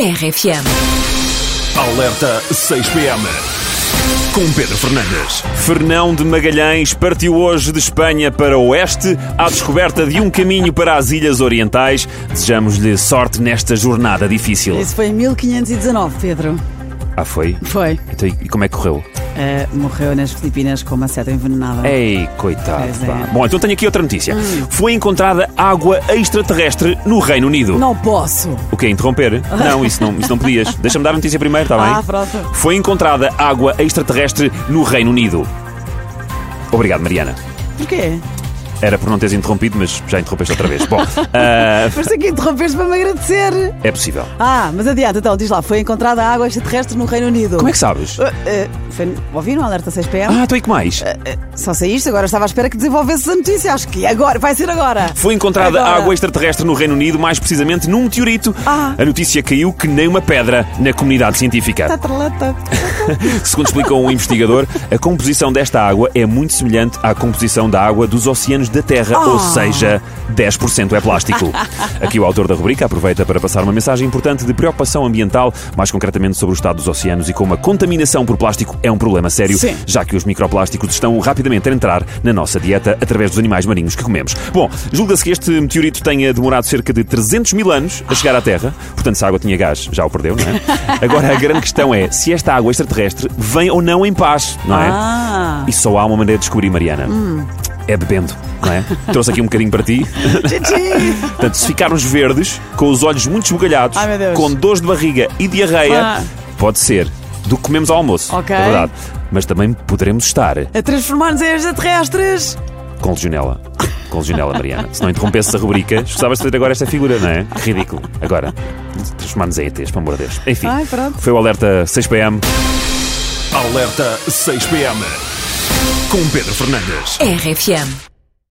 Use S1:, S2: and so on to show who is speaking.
S1: RFM.
S2: Alerta 6PM. Com Pedro Fernandes. Fernão de Magalhães partiu hoje de Espanha para o oeste à descoberta de um caminho para as Ilhas Orientais. Desejamos-lhe sorte nesta jornada difícil.
S3: Isso foi em 1519, Pedro.
S2: Ah, foi?
S3: Foi.
S2: Então, e como é que correu?
S3: Ah, morreu nas Filipinas com uma seta envenenada.
S2: Ei, coitado.
S3: Pois é. Hum.
S2: pá. Bom, então tenho aqui outra notícia. Foi encontrada água extraterrestre no Reino Unido.
S3: Não posso.
S2: O quê? Interromper? Não, isso não, isso não podias. Deixa-me dar a notícia primeiro, está bem?
S3: Ah, pronto.
S2: Foi encontrada água extraterrestre no Reino Unido. Obrigado, Mariana.
S3: Porquê?
S2: Era por não teres interrompido, mas já interrompeste outra vez. Bom, ah,
S3: Parece que interrompeste para me agradecer.
S2: é possível.
S3: Ah, mas adianta, então, diz lá, foi encontrada água extraterrestre no Reino Unido.
S2: Como é que sabes?
S3: Ah, ah, foi, ouviram o alerta 6PM?
S2: Ah, então e que mais?
S3: Só sei isto, agora estava à espera que desenvolvesse a notícia. Acho que agora, vai ser agora.
S2: Foi encontrada
S3: Agora.
S2: água extraterrestre no Reino Unido, mais precisamente num meteorito.
S3: Ah.
S2: A notícia caiu que nem uma pedra na comunidade científica.
S3: Tatarlata.
S2: Segundo explicou um investigador, a composição desta água é muito semelhante à composição da água dos oceanos da Terra, ou seja, 10% é plástico. Aqui o autor da rubrica aproveita para passar uma mensagem importante de preocupação ambiental, mais concretamente sobre o estado dos oceanos e como a contaminação por plástico é um problema sério,
S3: Sim.
S2: já que os microplásticos estão rapidamente a entrar na nossa dieta através dos animais marinhos que comemos. Bom, julga-se que este meteorito tenha demorado cerca de 300 mil anos a chegar à Terra, portanto, se a água tinha gás, já o perdeu, não é? Agora, a grande questão é se esta água extraterrestre vem ou não em paz, não é?
S3: Ah. Hum.
S2: E só há uma maneira de descobrir, Mariana. É bebendo, não é? Trouxe aqui um bocadinho para ti.
S3: Tchim.
S2: Portanto, se ficarmos verdes, com os olhos muito esbugalhados,
S3: Ai, meu Deus.
S2: com dores de barriga e diarreia,
S3: Ah.
S2: pode ser do que comemos ao almoço.
S3: Ok.
S2: É verdade. Mas também poderemos estar
S3: A transformar-nos em extraterrestres.
S2: com legionela. Com legionela, Mariana. Se não interrompesse a rubrica, escusavas de ter agora esta figura, não é? Que ridículo. Agora, transformar-nos em ETs, pelo amor de Deus. Enfim,
S3: Ai, pronto.
S2: foi o alerta 6pm.
S4: Alerta 6PM com Pedro Fernandes.
S1: RFM.